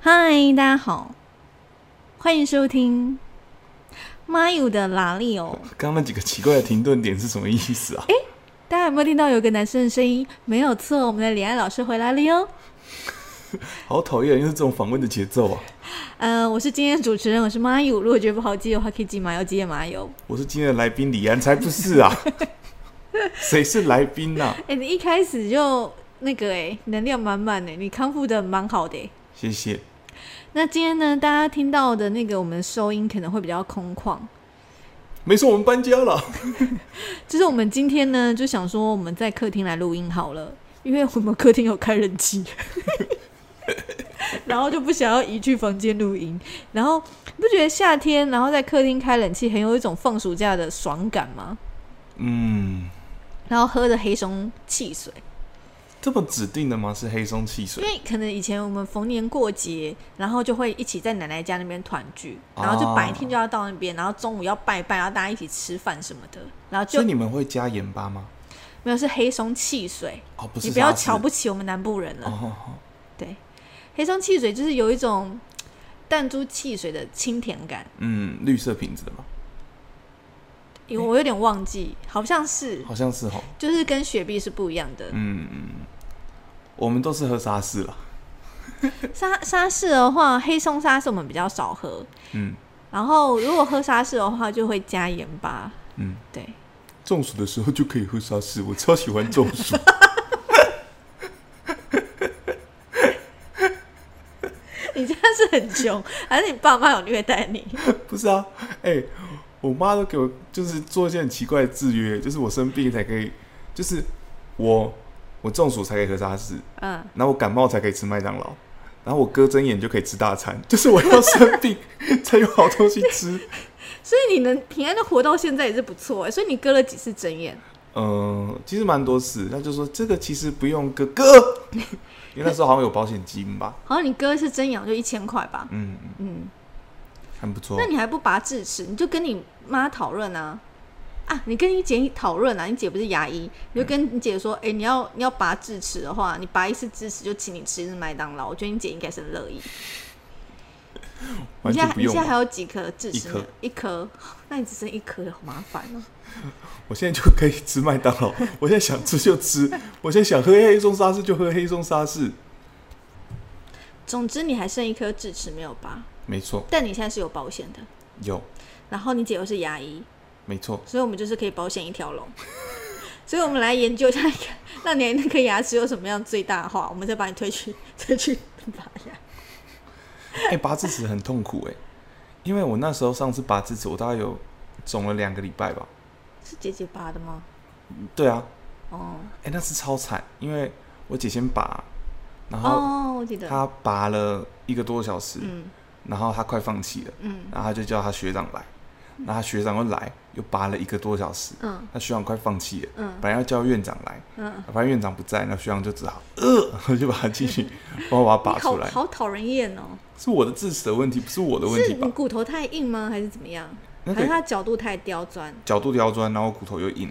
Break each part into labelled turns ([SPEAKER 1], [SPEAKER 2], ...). [SPEAKER 1] 嗨，大家好，欢迎收听马友的拉力哦。
[SPEAKER 2] 刚刚那几个奇怪的停顿点是什么意思啊？
[SPEAKER 1] 大家有没有听到有个男生的声音？没有错，我们的李安老师回来了哟。
[SPEAKER 2] 好讨厌，又是这种访问的节奏啊！
[SPEAKER 1] 呃，我是今天的主持人，我是马友。如果觉得不好记的话，可以记马友，记马友。
[SPEAKER 2] 我是今天的来宾李安，才不是 啊！谁是来宾啊呐、
[SPEAKER 1] 哎、你一开始就那个哎、能量满满哎，你康复的蛮好的哎。
[SPEAKER 2] 谢谢。
[SPEAKER 1] 那今天呢，大家听到的那个我们的收音可能会比较空旷，
[SPEAKER 2] 没说我们搬家了，
[SPEAKER 1] 就是我们今天呢就想说我们在客厅来录音好了，因为我们客厅有开冷气， 然后就不想要移去房间录音。然后你不觉得夏天然后在客厅开冷气很有一种放暑假的爽感吗？
[SPEAKER 2] 嗯，
[SPEAKER 1] 然后喝着黑松汽水，
[SPEAKER 2] 这么指定的吗？是黑松汽
[SPEAKER 1] 因
[SPEAKER 2] 水
[SPEAKER 1] 为可能以前我们逢年过节，然后就会一起在奶奶家那边团聚，然后就
[SPEAKER 2] 哦
[SPEAKER 1] 白天就要到那边，然后中午要拜拜，然后大家一起吃饭什么的，然后
[SPEAKER 2] 哦所
[SPEAKER 1] 就
[SPEAKER 2] 以你们会加盐巴吗？
[SPEAKER 1] 没有是黑松汽水，
[SPEAKER 2] 哦，不是，
[SPEAKER 1] 你不要
[SPEAKER 2] 沙士
[SPEAKER 1] 瞧不起我们南部人了。
[SPEAKER 2] 哦，
[SPEAKER 1] 对，黑松汽水就是有一种弹珠汽水的清甜感，
[SPEAKER 2] 嗯，绿色瓶子的嘛，
[SPEAKER 1] 因为我有点忘记，好像是
[SPEAKER 2] 好像是哦。
[SPEAKER 1] 就是跟雪碧是不一样的。
[SPEAKER 2] 嗯嗯，我们都是喝沙士啦。
[SPEAKER 1] 沙沙士的话，黑松沙士我们比较少喝，
[SPEAKER 2] 嗯
[SPEAKER 1] 然后如果喝沙士的话，就会加盐巴。
[SPEAKER 2] 嗯，
[SPEAKER 1] 对，
[SPEAKER 2] 中暑的时候就可以喝沙士，我超喜欢中暑。
[SPEAKER 1] 你这样是很穷，还是你爸妈有虐待你？
[SPEAKER 2] 不是啊，哎、我妈都给我就是做一些很奇怪的制约，就是我生病才可以，就是我我中暑才可以喝沙士，
[SPEAKER 1] 嗯，
[SPEAKER 2] 然后我感冒才可以吃麦当劳，然后我哥睁眼就可以吃大餐，就是我要生病才有好东西吃。
[SPEAKER 1] 所以你能平安的活到现在也是不错欸。所以你割了几次针眼？
[SPEAKER 2] 嗯、其实蛮多次，他就说这个其实不用哥哥，因为那时候好像有保险金吧，
[SPEAKER 1] 好像你割一次针眼好像就一千块吧？
[SPEAKER 2] 嗯，
[SPEAKER 1] 嗯，
[SPEAKER 2] 很不错
[SPEAKER 1] 那。你还不拔智齿，你就跟你妈讨论啊啊！你跟你姐讨论啊，你姐不是牙医，你就跟你姐说，哎、你要你要拔智齿的话，你拔一次智齿就请你吃一次麦当劳。我觉得你姐应该是很乐意。你
[SPEAKER 2] 完
[SPEAKER 1] 现
[SPEAKER 2] 全
[SPEAKER 1] 在
[SPEAKER 2] 不
[SPEAKER 1] 你
[SPEAKER 2] 用
[SPEAKER 1] 现在还
[SPEAKER 2] 了，
[SPEAKER 1] 有几颗智齿
[SPEAKER 2] 一
[SPEAKER 1] 没
[SPEAKER 2] 颗
[SPEAKER 1] 有？一颗，那你只剩一颗，好麻烦哦、
[SPEAKER 2] 我现在就可以吃麦当劳，我现在想吃就吃，我现在想喝黑松沙士就喝黑松沙士，
[SPEAKER 1] 总之你还剩一颗智齿没有拔，
[SPEAKER 2] 没错，
[SPEAKER 1] 但你现在是有保险的。
[SPEAKER 2] 有。
[SPEAKER 1] 然后你姐又是牙医，
[SPEAKER 2] 没错，
[SPEAKER 1] 所以我们就是可以保险一条龙。 所以我们来研究一下，那你那颗牙齿有什么样最大化，我们再把你推去 推去拔牙。
[SPEAKER 2] 哎、拔智齿很痛苦哎、因为我那时候上次拔智齿，我大概有肿了两个礼拜吧。
[SPEAKER 1] 是姐姐拔的吗？
[SPEAKER 2] 对啊，
[SPEAKER 1] 哦
[SPEAKER 2] 哎、那次超惨，因为我姐先拔，然后
[SPEAKER 1] 哦，我记得，
[SPEAKER 2] 她拔了一个多小时，
[SPEAKER 1] 嗯
[SPEAKER 2] 然后她快放弃了，
[SPEAKER 1] 嗯
[SPEAKER 2] 然后她就叫她学长来，然后她学长又来，又拔了一个多小时，
[SPEAKER 1] 嗯
[SPEAKER 2] 她学长快放弃了，
[SPEAKER 1] 嗯
[SPEAKER 2] 本来要叫院长来，
[SPEAKER 1] 嗯，
[SPEAKER 2] 反正院长不在，那学长就只好呃， 就把它 进去，帮我把
[SPEAKER 1] 你
[SPEAKER 2] 它拔
[SPEAKER 1] 好
[SPEAKER 2] 出来。
[SPEAKER 1] 好讨人厌哦。
[SPEAKER 2] 是我的智齿的问题，不是我的问
[SPEAKER 1] 是
[SPEAKER 2] 题吧
[SPEAKER 1] 你？骨头太硬吗？还是怎么样？
[SPEAKER 2] 那
[SPEAKER 1] 还
[SPEAKER 2] 个
[SPEAKER 1] 是它角度太刁钻？
[SPEAKER 2] 角度刁钻，然后骨头又硬。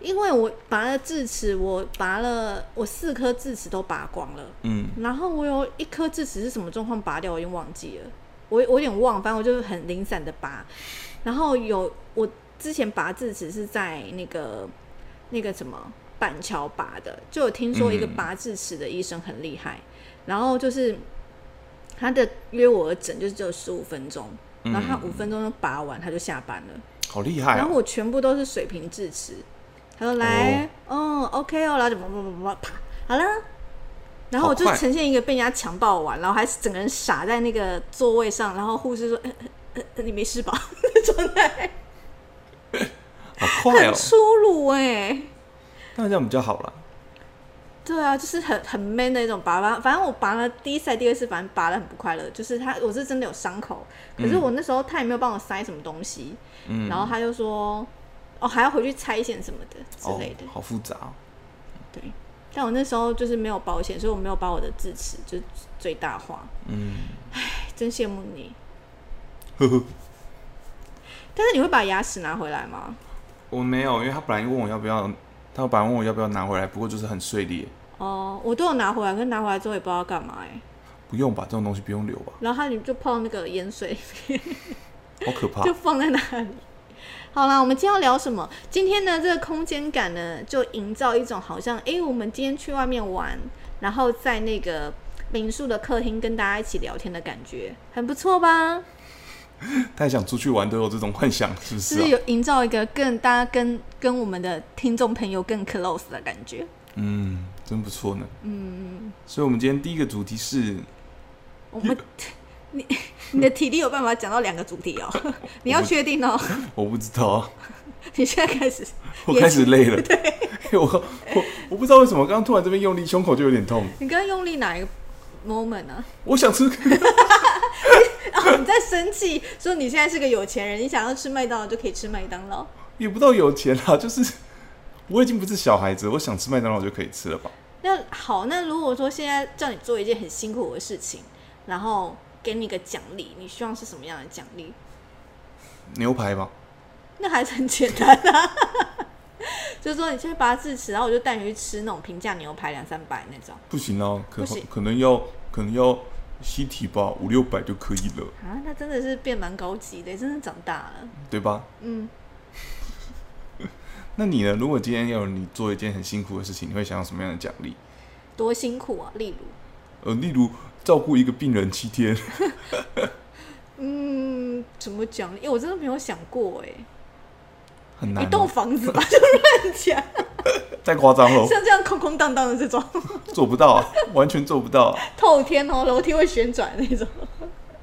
[SPEAKER 1] 因为我拔了智齿，我拔了我四颗智齿都拔光了，
[SPEAKER 2] 嗯，
[SPEAKER 1] 然后我有一颗智齿是什么状况拔掉，我已经忘记了，我我有点忘，反正我就是很零散的拔。然后有我之前拔智齿是在那个那个什么板桥拔的，就有听说一个
[SPEAKER 2] 嗯
[SPEAKER 1] 拔智齿的医生很厉害，然后就是他的约我的诊就是只有十五分钟，然后他五分钟就拔完，他就下班了。
[SPEAKER 2] 好厉害、
[SPEAKER 1] 然后
[SPEAKER 2] 哦！
[SPEAKER 1] 我全部都是水平智齿。他说来，哦 o k 哦，然后就啪啪啪啪啪，好了。然后我就
[SPEAKER 2] 好快
[SPEAKER 1] 呈现一个被人家强暴完，然后还整个人傻在那个座位上，然后护士说：“呃呃呃，你没事吧？”状态
[SPEAKER 2] 好快哦
[SPEAKER 1] 很！粗鲁哎、
[SPEAKER 2] 那这样比较好啦。
[SPEAKER 1] 对啊，就是很很 man 的一种拔拔。反正我拔了第一次、第二次，反正拔的很不快乐。就是他，我是真的有伤口，可是我那时候他也没有帮我塞什么东西，
[SPEAKER 2] 嗯，
[SPEAKER 1] 然后他就说：“哦，还要回去拆线什么的之类的。
[SPEAKER 2] 哦、好复杂、哦。
[SPEAKER 1] 对，但我那时候就是没有保险，所以我没有把我的智齿就是最大化。
[SPEAKER 2] 嗯，
[SPEAKER 1] 唉真羡慕你。
[SPEAKER 2] 呵呵，
[SPEAKER 1] 但是你会把牙齿拿回来吗？
[SPEAKER 2] 我没有，因为他本来问我要不要，他本来问我要不要拿回来，不过就是很碎裂。
[SPEAKER 1] 哦，我都有拿回来，可是拿回来之后也不知道要干嘛哎、
[SPEAKER 2] 不用吧，这种东西不用留 吧，
[SPEAKER 1] 然后他就泡那个盐水，
[SPEAKER 2] 好可怕
[SPEAKER 1] 就。放在那里。好啦，我们今天要聊什么？今天呢，这个空间感呢，就营造一种好像，诶，我们今天去外面玩，然后在那个民宿的客厅跟大家一起聊天的感觉，很不错吧？
[SPEAKER 2] 太想出去玩都有这种幻想，是
[SPEAKER 1] 就
[SPEAKER 2] 不
[SPEAKER 1] 是是
[SPEAKER 2] 啊？
[SPEAKER 1] 有营造一个更大家跟跟我们的听众朋友更 close 的感觉。
[SPEAKER 2] 嗯，真不错呢。嗯，所以我们今天第一个主题 是，
[SPEAKER 1] 我们 你你的体力有办法讲到两个主题哦， 你要确定哦。
[SPEAKER 2] 我不知道啊，
[SPEAKER 1] 你现在开始，
[SPEAKER 2] 我开始累 了。对， 我我我不知道为什么，刚刚突然这边用力，胸口就有点痛。
[SPEAKER 1] 你刚刚用力哪一个 moment 啊？
[SPEAKER 2] 我想吃，
[SPEAKER 1] 哦，你在生气，说你现在是个有钱人，你想要吃麦当劳就可以吃麦当劳。
[SPEAKER 2] 也不到有钱啦，就是我已经不是小孩子，我想吃麦当劳就可以吃了吧？
[SPEAKER 1] 那好，那如果说现在叫你做一件很辛苦的事情，然后给你一个奖励，你希望是什么样的奖励？
[SPEAKER 2] 牛排吧，
[SPEAKER 1] 那还是很简单啊。 就是说，你去拔智齿，然后我就带你去吃那种平价牛排，两三百那种
[SPEAKER 2] 不行啊，可
[SPEAKER 1] 不行
[SPEAKER 2] 可能要可能要西体吧，五六百就可以了，
[SPEAKER 1] 啊，那真的是变蛮高级的，真的长大了。
[SPEAKER 2] 对吧？
[SPEAKER 1] 嗯，
[SPEAKER 2] 那你呢？如果今天要你做一件很辛苦的事情，你会想要什么样的奖励？
[SPEAKER 1] 多辛苦啊！例如，
[SPEAKER 2] 呃，例如照顾一个病人七天，
[SPEAKER 1] 嗯，怎么讲？因为我真的没有想过哎、
[SPEAKER 2] 很难
[SPEAKER 1] 一
[SPEAKER 2] 哦、
[SPEAKER 1] 栋房子吧，就乱讲，
[SPEAKER 2] 太夸张了，
[SPEAKER 1] 像这样空空荡荡的这种，
[SPEAKER 2] 做不到、啊，完全做不到、啊。
[SPEAKER 1] 透天哦，楼梯会旋转那种。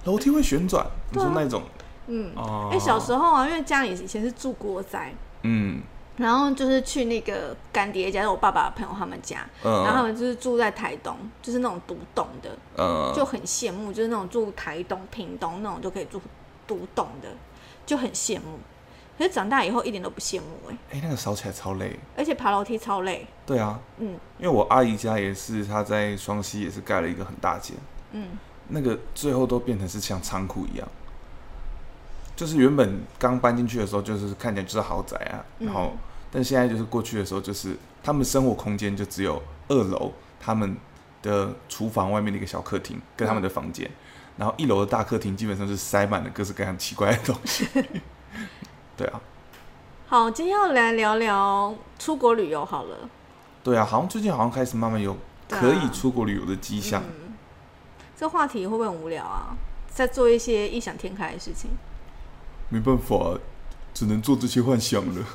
[SPEAKER 2] 楼梯会旋转，你说那种，
[SPEAKER 1] 嗯，
[SPEAKER 2] 哦
[SPEAKER 1] 哎、小时候啊，因为家里以前是住国宅，
[SPEAKER 2] 嗯
[SPEAKER 1] 然后就是去那个干爹家，就是我爸爸的朋友他们家，然后他
[SPEAKER 2] 嗯
[SPEAKER 1] 们就是住在台东，就是那种独栋的，
[SPEAKER 2] 嗯，
[SPEAKER 1] 就很羡慕，就是那种住台东、屏东那种就可以住独栋的，就很羡慕。可是长大以后一点都不羡慕哎、
[SPEAKER 2] 哎、那个扫起来超累。
[SPEAKER 1] 而且爬楼梯超累，
[SPEAKER 2] 对啊，
[SPEAKER 1] 嗯
[SPEAKER 2] 因为我阿姨家也是，她在双溪也是盖了一个很大间，
[SPEAKER 1] 嗯，
[SPEAKER 2] 那个最后都变成是像仓库一样，就是原本刚搬进去的时候就是看起来就是豪宅啊，
[SPEAKER 1] 嗯
[SPEAKER 2] 然后、但现在就是过去的时候就是他们生活空间就只有二楼他们的厨房外面的一个小客厅跟他们的房间，
[SPEAKER 1] 嗯
[SPEAKER 2] 然后一楼的大客厅基本上是塞满了各式各样奇怪的东 西。对啊，
[SPEAKER 1] 好，今天要来聊聊出国旅游好了。
[SPEAKER 2] 对啊，好像最近好像开始慢慢有
[SPEAKER 1] 对啊
[SPEAKER 2] 可以出国旅游的迹象。
[SPEAKER 1] 嗯，这话题会不会很无聊啊？在做一些异想天开的事情。
[SPEAKER 2] 没办法，只能做这些幻想了。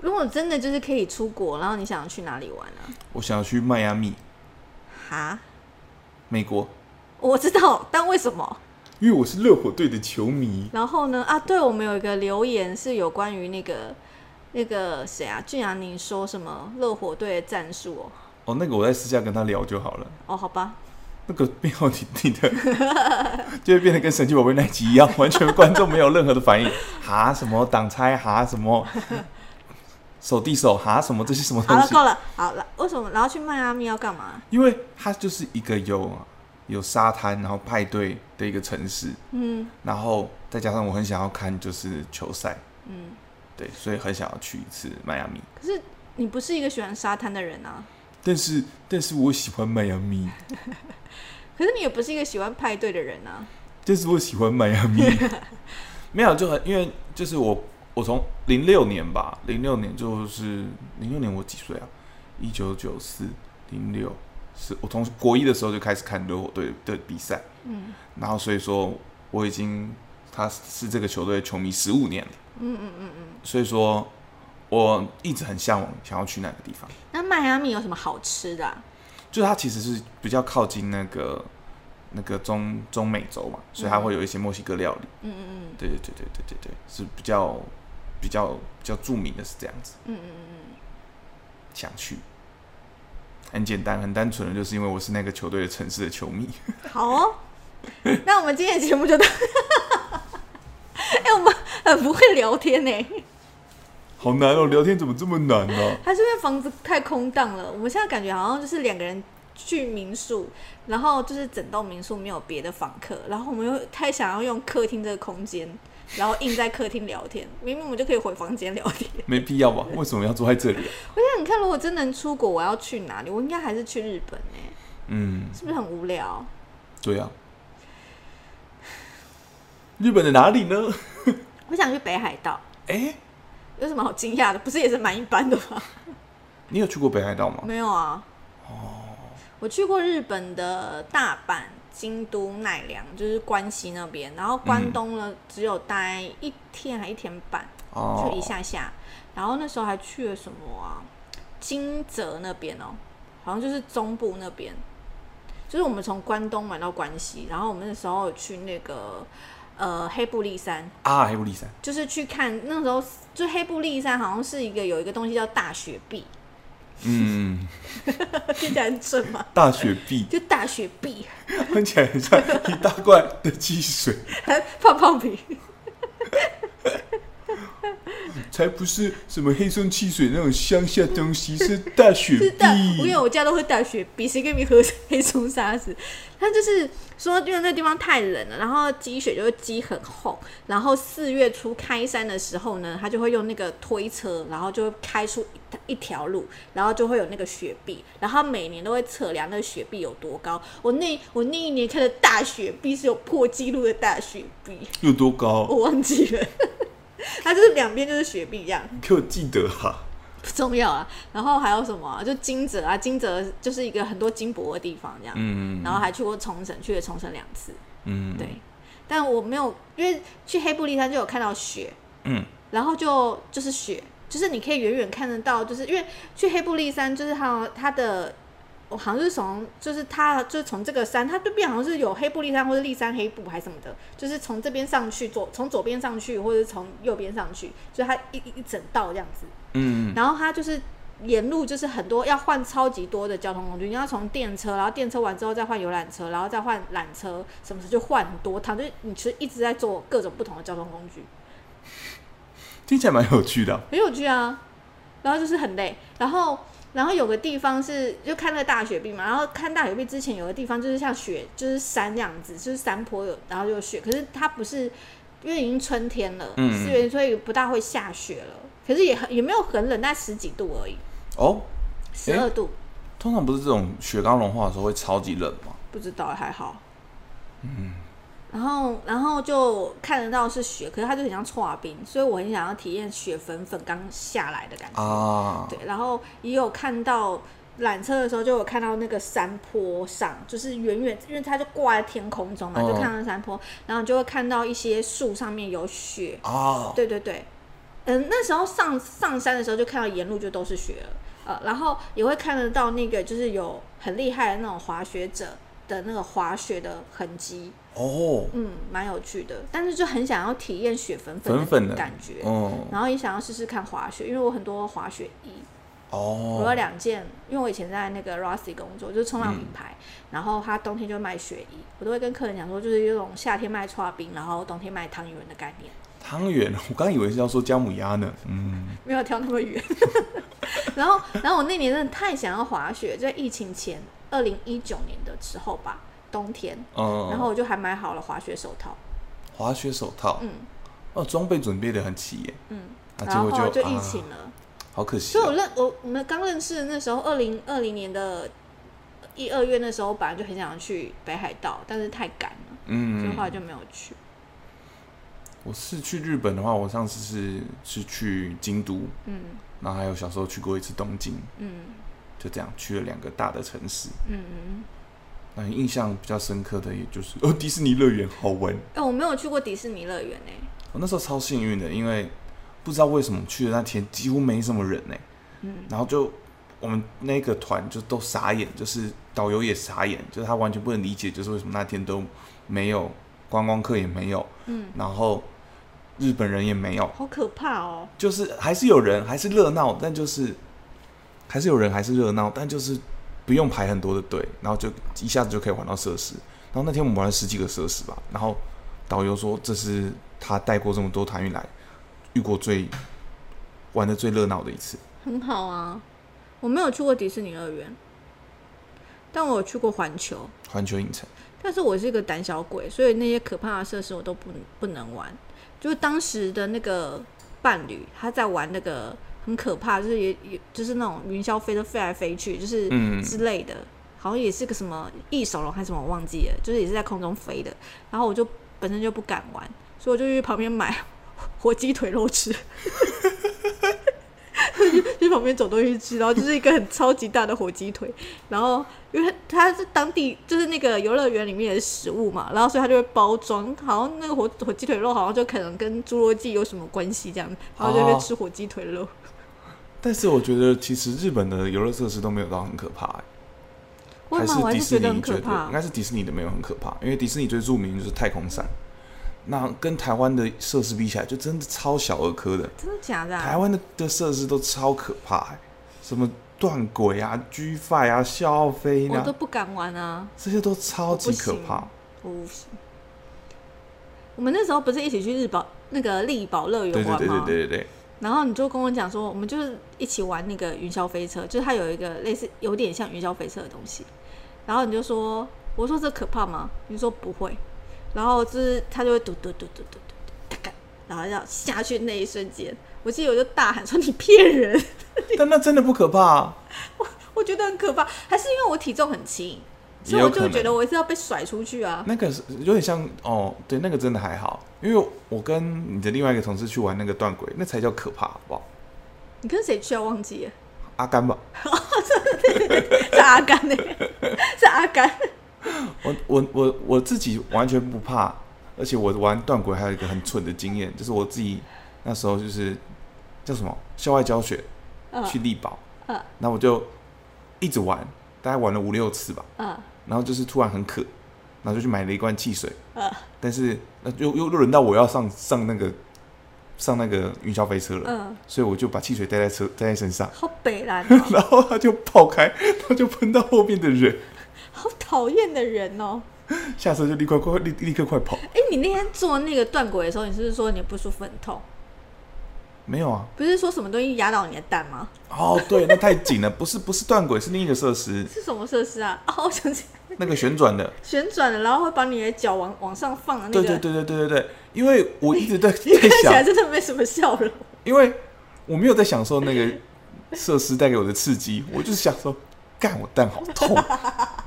[SPEAKER 1] 如果真的就是可以出国，然后你想去哪里玩啊？
[SPEAKER 2] 我想要去迈阿密，
[SPEAKER 1] 哈，
[SPEAKER 2] 美国，
[SPEAKER 1] 我知道，但为什么？
[SPEAKER 2] 因为我是热火队的球迷。
[SPEAKER 1] 然后呢？啊，对，我们有一个留言是有关于那个那个谁啊，俊阳，你说什么热火队的战术哦？
[SPEAKER 2] 哦，那个我在私下跟他聊就好了。
[SPEAKER 1] 哦，好吧，
[SPEAKER 2] 那个变好你你的， 就会变得跟神奇宝贝那集一样， 完全观众没有任何的反应。 哈什么挡拆，哈什么 手递手，哈什么这些什么
[SPEAKER 1] 好
[SPEAKER 2] 东
[SPEAKER 1] 了，
[SPEAKER 2] 西
[SPEAKER 1] 够？了，好了，为什么？然后去迈阿密要干嘛？
[SPEAKER 2] 因为它就是一个有有沙滩，然后派对的一个城市，
[SPEAKER 1] 嗯
[SPEAKER 2] 然后再加上我很想要看就是球赛，
[SPEAKER 1] 嗯，
[SPEAKER 2] 对，所以很想要去一次迈阿密。
[SPEAKER 1] 可是你不是一个喜欢沙滩的人啊，
[SPEAKER 2] 但是，但是我喜欢迈阿密，
[SPEAKER 1] 可是你也不是一个喜欢派对的人啊。
[SPEAKER 2] 但是我喜欢迈阿密。 没有，就很因为就是我，我从零六年吧，零六年就是零六年我几岁啊？一九九四零六是我从国一的时候就开始看热火队的比赛，
[SPEAKER 1] 嗯
[SPEAKER 2] 然后所以说我已经他是这个球队的球迷十五年了，
[SPEAKER 1] 嗯嗯嗯嗯。
[SPEAKER 2] 所以说我一直很向往想要去那个地方。
[SPEAKER 1] 那迈阿密有什么好吃的、啊？
[SPEAKER 2] 就是它其实是比较靠近那个那个中中美洲嘛，所以它会有一些墨西哥料理。
[SPEAKER 1] 嗯嗯嗯
[SPEAKER 2] 对对对对对对对，是比较比较比较著名的是这样子，
[SPEAKER 1] 嗯嗯嗯嗯。
[SPEAKER 2] 想去。很简单，很单纯的，就是因为我是那个球队的城市的球迷。
[SPEAKER 1] 好哦， 那我们今天的节目就到。 哎、我们很不会聊天欸呢、
[SPEAKER 2] 好难哦，聊天怎么这么难啊呢、
[SPEAKER 1] 还是因为房子太空荡了。我们现在感觉好像就是两个人去民宿，然后就是整栋民宿没有别的访客，然后我们又太想要用客厅这个空间，然后硬在客厅聊天。明明我们就可以回房间聊天。
[SPEAKER 2] 没必要吧？为什么要坐在这里、啊？
[SPEAKER 1] 我想你看，如果真能出国，我要去哪里？我应该还是去日本呢、
[SPEAKER 2] 嗯，
[SPEAKER 1] 是不是很无聊？
[SPEAKER 2] 对呀、日本的哪里呢？
[SPEAKER 1] 我想去北海道，
[SPEAKER 2] 哎、
[SPEAKER 1] 有什么好惊讶的？不是也是蛮一般的吗？
[SPEAKER 2] 你有去过北海道吗？
[SPEAKER 1] 没有啊。我去过日本的大阪、京都、奈良，就是关西那边，然后关东呢、只有待一天还一天半，
[SPEAKER 2] 哦
[SPEAKER 1] 就一下下。然后那时候还去了什么啊？金泽那边哦，好像就是中部那边，就是我们从关东玩到关西，然后我们那时候有去那个呃黑布利山，
[SPEAKER 2] 啊，黑布利山
[SPEAKER 1] 就是去看那时候就黑布利山好像是一个有一个东西叫大雪碧，
[SPEAKER 2] 嗯，
[SPEAKER 1] 听起来很准吗？
[SPEAKER 2] 大雪碧
[SPEAKER 1] 就大雪碧，
[SPEAKER 2] 看起来很像一大罐的汽水，
[SPEAKER 1] 泡泡瓶，
[SPEAKER 2] 才不是什么黑松汽水那种乡下东西，是大雪
[SPEAKER 1] 是的，因
[SPEAKER 2] 碧
[SPEAKER 1] 为。我家都喝大雪碧，谁跟你喝黑松沙士？他就是说，因为那地方太冷了，然后积雪就会积很厚，然后四月初开山的时候呢，他就会用那个推车，然后就会开出一一条路，然后就会有那个雪碧，然后他每年都会测量那个雪碧有多高。我那我那一年看的大雪碧是有破纪录的大雪碧，
[SPEAKER 2] 有多高？
[SPEAKER 1] 我忘记了， 它就是两边就是雪碧这样。
[SPEAKER 2] 给我记得啊！
[SPEAKER 1] 不重要啊。然后还有什么啊、就金泽啊，金泽就是一个很多金箔的地方，这样。
[SPEAKER 2] 嗯
[SPEAKER 1] 然后还去过冲绳，去了冲绳两次，
[SPEAKER 2] 嗯，
[SPEAKER 1] 对。但我没有，因为去黑布利山就有看到雪，
[SPEAKER 2] 嗯，
[SPEAKER 1] 然后就就是雪，就是你可以远远看得到，就是因为去黑布利山，就是它它的。我好像是从，就是它，就是从这个山，它对面好像是有黑布利山或者立山黑布还是什么的，就是从这边上去，左从左边上去，或者是从右边上去，就是它一一一整道这样子。
[SPEAKER 2] 嗯，
[SPEAKER 1] 然后它就是沿路就是很多要换超级多的交通工具，你要从电车，然后电车完之后再换游览车，然后再换缆车，什么时候就换很多趟，就是你其实一直在做各种不同的交通工具，
[SPEAKER 2] 听起来蛮有趣的啊、
[SPEAKER 1] 很有趣啊。然后就是很累，然后然后有个地方是就看那个大雪碧嘛，然后看大雪碧之前有个地方就是像雪就是山这样子，就是山坡有然后有雪，可是它不是。因为已经春天了，
[SPEAKER 2] 嗯
[SPEAKER 1] 四月所以不大会下雪了，可是也很也没有很冷，大概十几度而已，
[SPEAKER 2] 哦，
[SPEAKER 1] 十二度。
[SPEAKER 2] 通常不是这种雪刚融化的时候会超级冷吗？
[SPEAKER 1] 不知道还好。嗯。然后，然后就看得到是雪，可是它就很像搓冰，所以我很想要体验雪粉粉刚下来的感觉。
[SPEAKER 2] 啊，
[SPEAKER 1] 对，然后也有看到缆车的时候，就有看到那个山坡上，就是远远，因为它就挂在天空中嘛，
[SPEAKER 2] 哦
[SPEAKER 1] 就看到山坡，然后就会看到一些树上面有雪。
[SPEAKER 2] 啊，
[SPEAKER 1] 对对对，嗯，那时候上上山的时候就看到沿路就都是雪了，呃，然后也会看得到那个就是有很厉害的那种滑雪者的那个滑雪的痕迹，
[SPEAKER 2] 哦，
[SPEAKER 1] 嗯，蛮有趣的。但是就很想要体验雪粉
[SPEAKER 2] 粉粉的
[SPEAKER 1] 的感觉，
[SPEAKER 2] 哦
[SPEAKER 1] 然后也想要试试看滑雪，因为我很多滑雪衣，我有
[SPEAKER 2] 哦，嗯
[SPEAKER 1] 两件，因为我以前在那个 Rossi 工作，就是冲浪品牌，然后他冬天就卖雪衣，我都会跟客人讲说，就是有一种夏天卖刨冰，然后冬天卖汤圆的概念。
[SPEAKER 2] 汤圆，我刚以为是要说姜母鸭呢。嗯，
[SPEAKER 1] 没有跳那么远。 然后，然后我那年真的太想要滑雪，就在疫情前，二零一九年的时候吧，冬天，
[SPEAKER 2] 嗯，
[SPEAKER 1] 然后我就还买好了滑雪手套，
[SPEAKER 2] 滑雪手套，
[SPEAKER 1] 嗯
[SPEAKER 2] 哦，装备准备的很齐耶。
[SPEAKER 1] 嗯，
[SPEAKER 2] 啊，结
[SPEAKER 1] 然
[SPEAKER 2] 果
[SPEAKER 1] 后就疫
[SPEAKER 2] 啊，
[SPEAKER 1] 情了，
[SPEAKER 2] 好可惜
[SPEAKER 1] 所以我
[SPEAKER 2] 哦。
[SPEAKER 1] 认我我们刚认识的那时候，二零二零年的一二月那时候，我本来就很想去北海道，但是太赶了，所以
[SPEAKER 2] 嗯
[SPEAKER 1] 后，来就没有去。
[SPEAKER 2] 我是去日本的话，我上次是是去京都，
[SPEAKER 1] 嗯
[SPEAKER 2] 然后还有小时候去过一次东京，
[SPEAKER 1] 嗯
[SPEAKER 2] 就这样去了两个大的城市。
[SPEAKER 1] 嗯嗯，
[SPEAKER 2] 那印象比较深刻的，也就是哦，迪士尼乐园好玩。
[SPEAKER 1] 哎、我没有去过迪士尼乐园欸呢、
[SPEAKER 2] 我那时候超幸运的，因为不知道为什么去的那天几乎没什么人呢、
[SPEAKER 1] 嗯
[SPEAKER 2] 然后就我们那个团就都傻眼，就是导游也傻眼，就是他完全不能理解，就是为什么那天都没有观光客也没有，
[SPEAKER 1] 嗯，
[SPEAKER 2] 然后日本人也没有，
[SPEAKER 1] 好可怕哦，
[SPEAKER 2] 就是还是有人，还是热闹，但就是还是有人，还是热闹，但就是不用排很多的队，然后就一下子就可以玩到设施。然后那天我们玩了十几个设施吧，然后导游说这是他带过这么多团以来遇过最玩的最热闹的一次。
[SPEAKER 1] 很好啊，我没有去过迪士尼乐园，但我有去过环球。
[SPEAKER 2] 环球影城，
[SPEAKER 1] 但是我是一个胆小鬼，所以那些可怕的设施我都不不能玩。就是当时的那个伴侣，他在玩那个很可怕，就是也也就是那种云霄飞车飞来飞去，就是
[SPEAKER 2] 嗯
[SPEAKER 1] 之类的，好像也是个什么翼手龙还是什么，我忘记了，就是也是在空中飞的。然后我就本身就不敢玩，所以我就去旁边买 火鸡腿肉吃， 去旁边找东西吃，然后就是一个很超级大的火鸡腿，然后因为它是当地就是那个游乐园里面的食物嘛，然后所以它就会包装，好像那个火火鸡腿肉好像就可能跟侏罗纪有什么关系这样子，然后就在那边
[SPEAKER 2] 哦
[SPEAKER 1] 吃火鸡腿肉。
[SPEAKER 2] 但是我觉得其实日本的游乐设施都没有到很可怕、欸，
[SPEAKER 1] 我也
[SPEAKER 2] 还
[SPEAKER 1] 蛮
[SPEAKER 2] 是
[SPEAKER 1] 我还
[SPEAKER 2] 迪
[SPEAKER 1] 是
[SPEAKER 2] 士
[SPEAKER 1] 觉
[SPEAKER 2] 尼
[SPEAKER 1] 得很可
[SPEAKER 2] 觉得
[SPEAKER 1] 怕
[SPEAKER 2] 应。该是迪士尼的没有很可怕，因为迪士尼最著名就是太空伞，那跟台湾的设施比起来，就真的超小儿科的。
[SPEAKER 1] 真的假的、
[SPEAKER 2] 台
[SPEAKER 1] 啊？
[SPEAKER 2] 湾的的设施都超可怕、欸，什么断轨啊、G f i 啊、笑傲飞
[SPEAKER 1] 我
[SPEAKER 2] 啊
[SPEAKER 1] 都，不敢玩啊，
[SPEAKER 2] 这些都超级可
[SPEAKER 1] 我
[SPEAKER 2] 怕。
[SPEAKER 1] 我不行。我们那时候不是一起去日宝那个力宝乐园
[SPEAKER 2] 对
[SPEAKER 1] 玩
[SPEAKER 2] 对
[SPEAKER 1] 吗？
[SPEAKER 2] 对对对对对，
[SPEAKER 1] 然后你就跟我讲说，我们就是一起玩那个云霄飞车，就是它有一个类似有点像云霄飞车的东西。然后你就说，我说这可怕吗？你说不会。然后就是它就会嘟嘟嘟嘟嘟嘟，嘎嘎然后要下去那一瞬间，我记得我就大喊说你骗人，
[SPEAKER 2] 但那真的不可怕、啊，
[SPEAKER 1] 我觉得很可怕。还是因为我体重很轻，所以
[SPEAKER 2] 也有
[SPEAKER 1] 我
[SPEAKER 2] 可
[SPEAKER 1] 就
[SPEAKER 2] 能
[SPEAKER 1] 觉得我是要被甩出去啊。
[SPEAKER 2] 那个是有点像哦，对，那个真的还好，因为我跟你的另外一个同事去玩那个断轨，那才叫可怕，好不好？
[SPEAKER 1] 你跟谁去啊？忘记了，
[SPEAKER 2] 阿甘吧，
[SPEAKER 1] 是阿甘呢、 是阿甘。
[SPEAKER 2] 我我我我自己完全不怕，而且我玩断轨还有一个很蠢的经验，就是我自己那时候就是叫什么校外教学
[SPEAKER 1] 嗯
[SPEAKER 2] 去力宝，
[SPEAKER 1] 嗯
[SPEAKER 2] 那我就一直玩，大概玩了五六次吧，
[SPEAKER 1] 嗯
[SPEAKER 2] 然后就是突然很渴，然后就去买了一罐汽水，
[SPEAKER 1] 嗯
[SPEAKER 2] 但是那又又又轮到我要上上那个上那个云霄飞车了，
[SPEAKER 1] 嗯，
[SPEAKER 2] 所以我就把汽水带在车带在身上，
[SPEAKER 1] 好北蓝、哦。
[SPEAKER 2] 然后它就爆开，它就喷到后面的人，
[SPEAKER 1] 好讨厌的人哦！
[SPEAKER 2] 下车就立刻快立立刻快跑。
[SPEAKER 1] 哎、你那天做那个断轨的时候，你是不是说你不舒服很痛？
[SPEAKER 2] 没有啊，
[SPEAKER 1] 不是说什么东西压到你的蛋吗？
[SPEAKER 2] 哦对，那太紧了， 不是不是断轨，是另一个设施，
[SPEAKER 1] 是什么设施啊？ 哦，我想起来
[SPEAKER 2] 那个旋转的。
[SPEAKER 1] 旋转的，然后会把你的脚往往上放的那
[SPEAKER 2] 对
[SPEAKER 1] 个。
[SPEAKER 2] 对对对对对对，因为我一直在
[SPEAKER 1] 你
[SPEAKER 2] 在
[SPEAKER 1] 看起来
[SPEAKER 2] 想，
[SPEAKER 1] 真的没什么笑容。
[SPEAKER 2] 因为我没有在享受那个设施带给我的刺激，我就是想说，干我蛋好痛，啊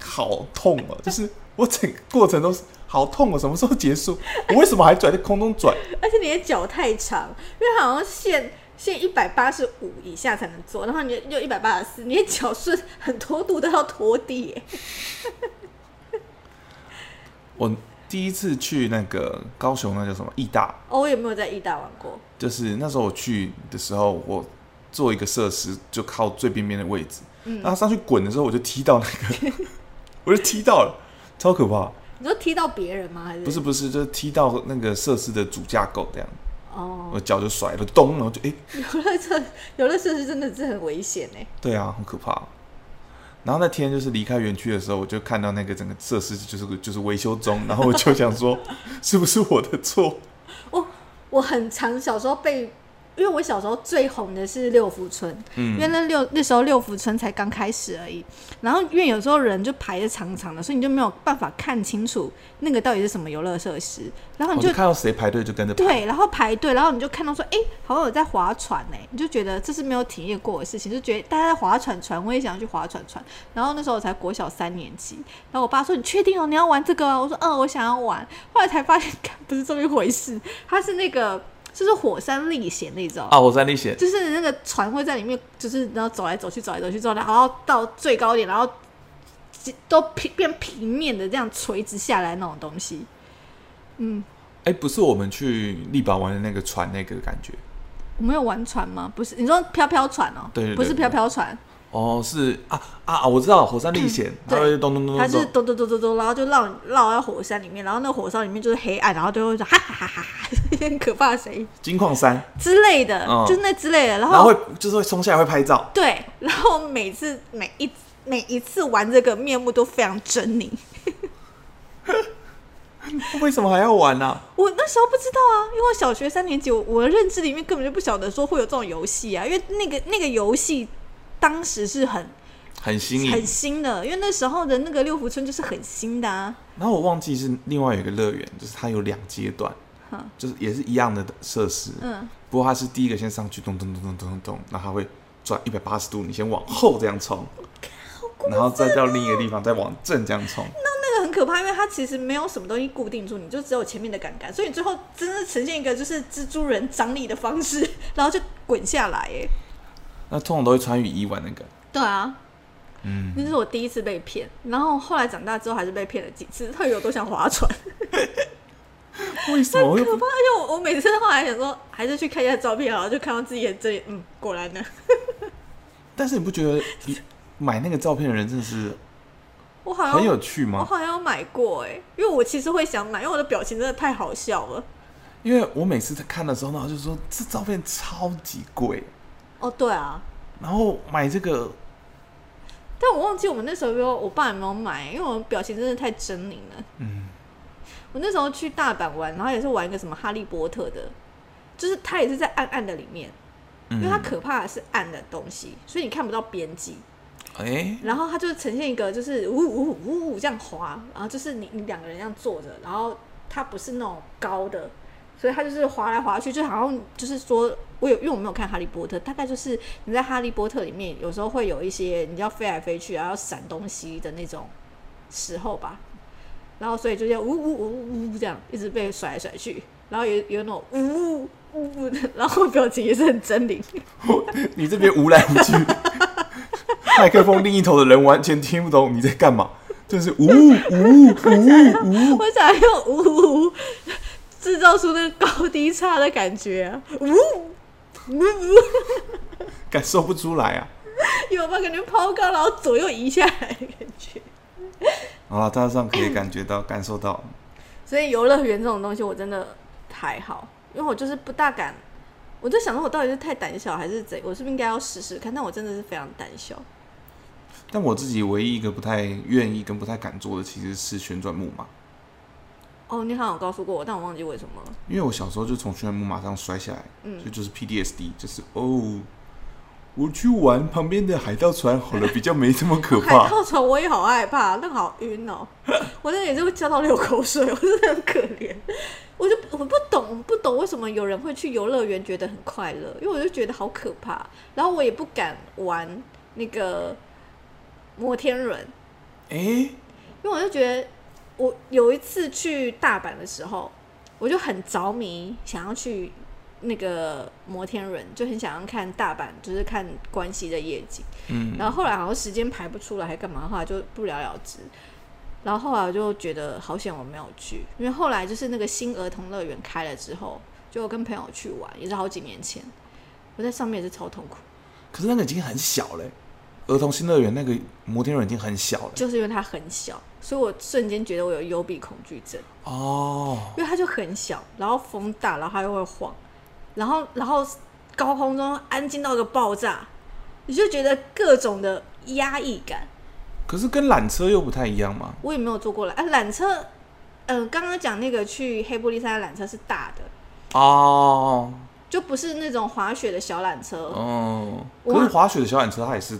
[SPEAKER 2] 好痛哦、就是我整个过程都是好痛哦、什么时候结束？我为什么还转在空中转？
[SPEAKER 1] 而且你的脚太长，因为好像限限一百八十五以下才能做，然后你就一百八十四，你的脚是很多度都要拖地耶。
[SPEAKER 2] 我第一次去那个高雄，那叫什么义大，
[SPEAKER 1] 哦，我也没有在意大玩过。
[SPEAKER 2] 就是那时候我去的时候，我做一个设施，就靠最边边的位置，然后上去滚的时候，我就踢到那个， 我就踢到了，超可怕。
[SPEAKER 1] 你说踢到别人吗？还是
[SPEAKER 2] 不是？不是，就是踢到那个设施的主架构这样，
[SPEAKER 1] 哦，
[SPEAKER 2] 我脚就甩了，咚，然后就诶，
[SPEAKER 1] 游乐设游乐设施真的是很危险哎。
[SPEAKER 2] 对啊，很可怕。然后那天就是离开园区的时候，我就看到那个整个设施就是就是维修中，然后我就想说， 是不是我的错？
[SPEAKER 1] 我哦我很常小时候被，因为我小时候最红的是六福村，
[SPEAKER 2] 嗯
[SPEAKER 1] 因为那六那时候六福村才刚开始而已。然后因为有时候人就排的长长的，所以你就没有办法看清楚那个到底是什么游乐设施，然后
[SPEAKER 2] 我
[SPEAKER 1] 你
[SPEAKER 2] 就
[SPEAKER 1] 就。
[SPEAKER 2] 看到谁排队就跟着排。
[SPEAKER 1] 对，然后排队，然后你就看到说，哎、好像有在划船呢、你就觉得这是没有体验过的事情，就觉得大家在划船船，我也想要去划船船。然后那时候我才国小三年级，然后我爸说：“你确定哦，你要玩这个、哦？”我说：“嗯，我想要玩。”后来才发现，干不是这么一回事，它是那个就是火山历险那种。
[SPEAKER 2] 啊，我在历险，
[SPEAKER 1] 就是那个船会在里面，就是然后走来走去，走来走去之后，然后到最高点，然后都平变平面的这样垂直下来那种东西。
[SPEAKER 2] 哎、不是我们去力宝玩的那个船那个感觉，
[SPEAKER 1] 我没有玩船吗？不是，你说飘飘船哦、
[SPEAKER 2] 对对对
[SPEAKER 1] 不是飘飘船，
[SPEAKER 2] 哦，是啊啊，啊我知道火山历险，它会咚咚咚
[SPEAKER 1] 嗯它
[SPEAKER 2] 咚
[SPEAKER 1] 是
[SPEAKER 2] 咚，
[SPEAKER 1] 咚咚咚咚咚，然后就绕绕到火山里面，然后那火山里面就是黑暗，然后就会说哈哈哈哈哈， 一些很可怕的声音
[SPEAKER 2] 金矿山，
[SPEAKER 1] 之类的，
[SPEAKER 2] 嗯
[SPEAKER 1] 就是那之类的。然
[SPEAKER 2] 然
[SPEAKER 1] 后
[SPEAKER 2] 后会就是会冲下来会拍照，
[SPEAKER 1] 对，然后每次每一每一次玩这个面目都非常狰狞。
[SPEAKER 2] 为什么还要玩呢、
[SPEAKER 1] 我那时候不知道啊，因为我小学三年级，我我的认知里面根本就不晓得说会有这种游戏啊，因为那个那个游戏当时是很
[SPEAKER 2] 很新颖
[SPEAKER 1] 很。新的，因为那时候的那个六福村就是很新的啊。
[SPEAKER 2] 然后我忘记是另外有一个乐园，就是它有两阶段
[SPEAKER 1] 嗯，
[SPEAKER 2] 就是也是一样的设施，
[SPEAKER 1] 嗯，
[SPEAKER 2] 不过它是第一个先上去咚咚咚咚咚咚咚，然后它会转一百八十度，你先往后这样冲，
[SPEAKER 1] 好诡
[SPEAKER 2] 然后再到另一个地方，再往正这样冲。
[SPEAKER 1] 那个很可怕，因为它其实没有什么东西固定住你，就只有前面的杆杆，所以你最后真的呈现一个就是蜘蛛人张力的方式， 然后就滚下来。哎，
[SPEAKER 2] 那通常都会穿雨衣玩那个，
[SPEAKER 1] 对啊，
[SPEAKER 2] 嗯，
[SPEAKER 1] 那是我第一次被骗，然后后来长大之后还是被骗了几次，特别有多想划船，
[SPEAKER 2] 为什么会
[SPEAKER 1] 可怕。而且我我每次后来想说，还是去看一下照片，然后就看到自己的这里，嗯，果然呢。
[SPEAKER 2] 但是你不觉得你买那个照片的人真的是
[SPEAKER 1] 我好像
[SPEAKER 2] 很有趣
[SPEAKER 1] 我
[SPEAKER 2] 吗？
[SPEAKER 1] 好像有买过哎、因为我其实会想买，因为我的表情真的太好笑了。
[SPEAKER 2] 因为我每次在看的时候，然后就说这照片超级贵，
[SPEAKER 1] 哦，对啊，
[SPEAKER 2] 然后买这个
[SPEAKER 1] 但我忘记我们那时候有没有我爸有没有买，因为我们表情真的太狰狞了。
[SPEAKER 2] 嗯，
[SPEAKER 1] 我那时候去大阪玩，然后也是玩一个什么哈利波特的，就是它也是在暗暗的里面，因为它可怕的是暗的东西，所以你看不到边际。
[SPEAKER 2] 哎、
[SPEAKER 1] 然后它就呈现一个就是呜呜呜呜呜这样滑，然后就是你你两个人这样坐着，然后它不是那种高的，所以它就是滑来滑去，就好像就是说我有因为我没有看哈利波特，大概就是你在哈利波特里面有时候会有一些你要飞来飞去，然后要闪东西的那种时候吧，然后所以就像呜呜呜呜呜这样一直被甩来甩去，然后有有那种呜呜呜呜的，然后表情也是很狰狞。
[SPEAKER 2] 你这边无来无去， 麦克风另一头的人完全听不懂你在干嘛，就是呜呜呜呜，
[SPEAKER 1] 我想用呜呜制造出那个高低差的感觉、啊，呜呜呜，
[SPEAKER 2] 感受不出来啊！
[SPEAKER 1] 有吧？感觉抛高，然后左右移下来的感觉。
[SPEAKER 2] 好了，大致上可以感觉到、感受到，
[SPEAKER 1] 所以游乐园这种东西我真的还好，因为我就是不大敢。我就想说，我到底是太胆小还是怎？我是不是应该要试试看？但我真的是非常胆小。
[SPEAKER 2] 但我自己唯一一个不太愿意跟不太敢做的，其实是旋转木马，
[SPEAKER 1] 哦，你好像有告诉过我，但我忘记为什么了。
[SPEAKER 2] 因为我小时候就从旋转木马上摔下来，
[SPEAKER 1] 嗯
[SPEAKER 2] 所以就是 PDSD，就是哦，我去玩旁边的海盗船好了，比较没这么可
[SPEAKER 1] 海
[SPEAKER 2] 怕。
[SPEAKER 1] 盗船我也好害怕，那个好晕哦、我那也是会叫到流口水，我真的很可怜。我就我不懂，我不懂为什么有人会去游乐园觉得很快乐，因为我就觉得好可怕。然后我也不敢玩那个摩天轮，
[SPEAKER 2] 哎、
[SPEAKER 1] 因为我就觉得我有一次去大阪的时候，我就很着迷，想要去那个摩天轮，就很想要看大阪，就是看关西的夜景。
[SPEAKER 2] 嗯，
[SPEAKER 1] 然后后来好像时间排不出来，还干嘛？后来就不了了之。然后后来我就觉得好险我没有去，因为后来就是那个新儿童乐园开了之后，就我跟朋友去玩，也是好几年前，我在上面也是超痛苦，
[SPEAKER 2] 可是那个已经很小嘞、儿童新乐园那个摩天轮已经很小了
[SPEAKER 1] 就是因为它很小，所以我瞬间觉得我有幽闭恐惧症，
[SPEAKER 2] 哦。
[SPEAKER 1] 因为它就很小，然后风大，然后它又会晃，然后然后高空中安静到一个爆炸，你就觉得各种的压抑感，
[SPEAKER 2] 可是跟缆车又不太一样嘛。
[SPEAKER 1] 我也没有坐过缆啊，缆车，呃，刚刚讲那个去黑布利山的缆车是大的，
[SPEAKER 2] 哦，
[SPEAKER 1] 就不是那种滑雪的小缆车。哦，
[SPEAKER 2] 哦，
[SPEAKER 1] 我
[SPEAKER 2] 可是滑雪的小缆车它也是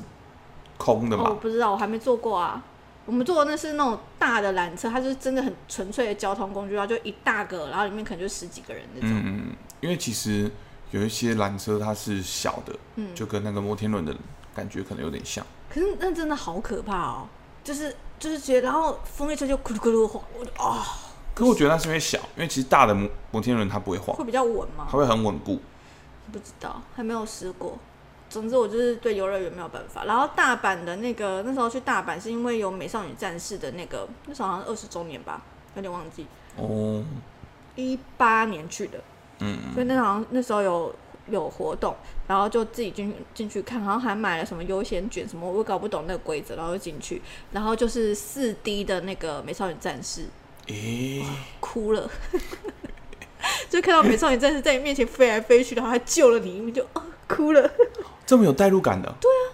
[SPEAKER 2] 空的
[SPEAKER 1] 我
[SPEAKER 2] 嘛。
[SPEAKER 1] 哦不知道，我还没坐过啊。我们坐的那是那种大的缆车，它就是真的很纯粹的交通工具，然后就一大个，然后里面可能就十几个人那种。
[SPEAKER 2] 嗯，因为其实有一些缆车它是小的，
[SPEAKER 1] 嗯
[SPEAKER 2] 就跟那个摩天轮的感觉可能有点像。
[SPEAKER 1] 可是那真的好可怕哦，就是就是觉得，然后风一吹就咕噜咕噜晃，我就哦，
[SPEAKER 2] 可我觉得那是因为小，因为其实大的摩摩天轮它不会晃，
[SPEAKER 1] 会比较稳吗
[SPEAKER 2] 它？会很稳固。
[SPEAKER 1] 不知道，还没有试过。总之，我就是对游乐园没有办法。然后大阪的那个，那时候去大阪是因为有《美少女战士》的那个，那时候好像二十周年吧，有点忘记，
[SPEAKER 2] 哦，
[SPEAKER 1] 一八年去的，
[SPEAKER 2] 嗯，
[SPEAKER 1] 所以那好像那时候有有活动，然后就自己进去进去看，好像还买了什么优先卷什么，我也搞不懂那个规则，然后就进去，然后就是四 D 的那个《美少女战士》，
[SPEAKER 2] 诶、
[SPEAKER 1] 哭了， 就看到美少女战士在你面前飞来飞去，然后还救了你，你就啊哭了。
[SPEAKER 2] 这么有代入感的。对啊。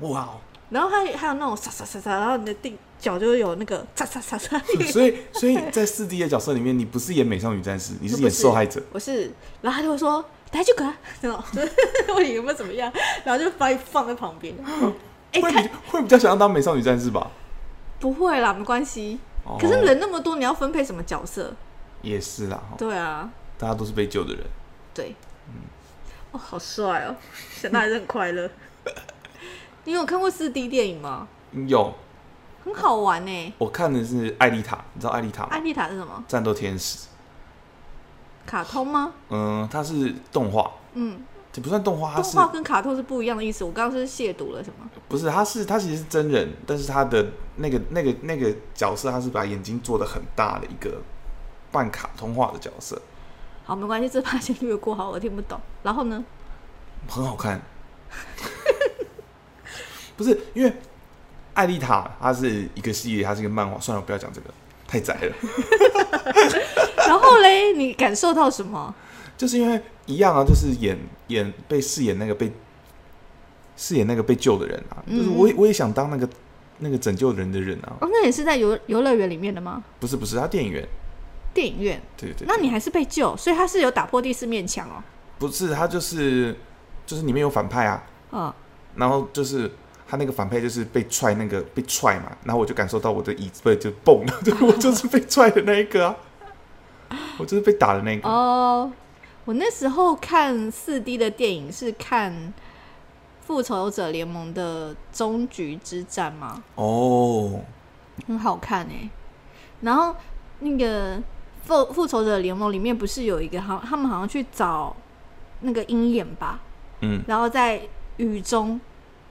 [SPEAKER 2] 哇哦！
[SPEAKER 1] 然后还还有那种沙沙沙沙，然后你的地脚就有那个沙沙沙沙。
[SPEAKER 2] 所以，所以在四 D 的角色里面，你不是演美少女战士，你是
[SPEAKER 1] 不
[SPEAKER 2] 演
[SPEAKER 1] 是
[SPEAKER 2] 受害者。
[SPEAKER 1] 我是，然后他就会说抬去滚，那种就是 我有没有怎么样，然后就把你放在旁 边。哎、
[SPEAKER 2] 会
[SPEAKER 1] 看
[SPEAKER 2] 比会比较想要当美少女战士吧？
[SPEAKER 1] 不会啦，没关系。
[SPEAKER 2] 哦
[SPEAKER 1] 可是人那么多，你要分配什么角色？
[SPEAKER 2] 也是啦，哈
[SPEAKER 1] 对啊，
[SPEAKER 2] 大家都是被救的人。
[SPEAKER 1] 对，
[SPEAKER 2] 嗯
[SPEAKER 1] 哦， 好帅哦，想到还是很快乐。你有看过四 D 电影吗？
[SPEAKER 2] 有，
[SPEAKER 1] 很好玩呢、
[SPEAKER 2] 我看的是艾丽塔，你知道艾丽塔吗？
[SPEAKER 1] 艾丽塔是什么？
[SPEAKER 2] 战斗天使，
[SPEAKER 1] 卡通吗？
[SPEAKER 2] 嗯，它是动画，
[SPEAKER 1] 嗯，
[SPEAKER 2] 这不算动画，它
[SPEAKER 1] 动
[SPEAKER 2] 是
[SPEAKER 1] 画跟卡通是不一样的意思。我刚刚是亵渎了什么？
[SPEAKER 2] 不是？它是它其实是真人，但是它的那个那个那个角色，它是把眼睛做的很大的一个半卡通化的角色，
[SPEAKER 1] 好，没关系，这趴先略过，好，我听不懂。然后呢？
[SPEAKER 2] 很好看。 不是因为艾丽塔，它是一个系列，它是一个漫画。算了，我不要讲这个，太窄了。
[SPEAKER 1] 然后嘞，你感受到什么？
[SPEAKER 2] 就是因为一样啊，就是演演被饰演那个被饰演那个被救的人
[SPEAKER 1] 嗯
[SPEAKER 2] 啊，就是我也我也想当那个那个拯救人的人啊，
[SPEAKER 1] 哦，那也是在游游乐园里面的吗？
[SPEAKER 2] 不是不是，他电影院，
[SPEAKER 1] 电影院？
[SPEAKER 2] 对对对，
[SPEAKER 1] 那你还是被救，所以他是有打破第四面墙哦。
[SPEAKER 2] 不是他就是就是里面有反派啊，
[SPEAKER 1] 嗯，
[SPEAKER 2] 然后就是他那个反派就是被踹那个被踹嘛，然后我就感受到我的椅子被就蹦 了，对我就是被踹的那一个啊，我就是被打的那一个，
[SPEAKER 1] 哦，我那时候看四 D 的电影是看《复仇者联盟》的终局之战吗？
[SPEAKER 2] 哦，
[SPEAKER 1] 很好看哎、然后那个复复仇者联盟里面不是有一个好，他们好像去找那个鹰眼吧，
[SPEAKER 2] 嗯
[SPEAKER 1] 然后在雨中，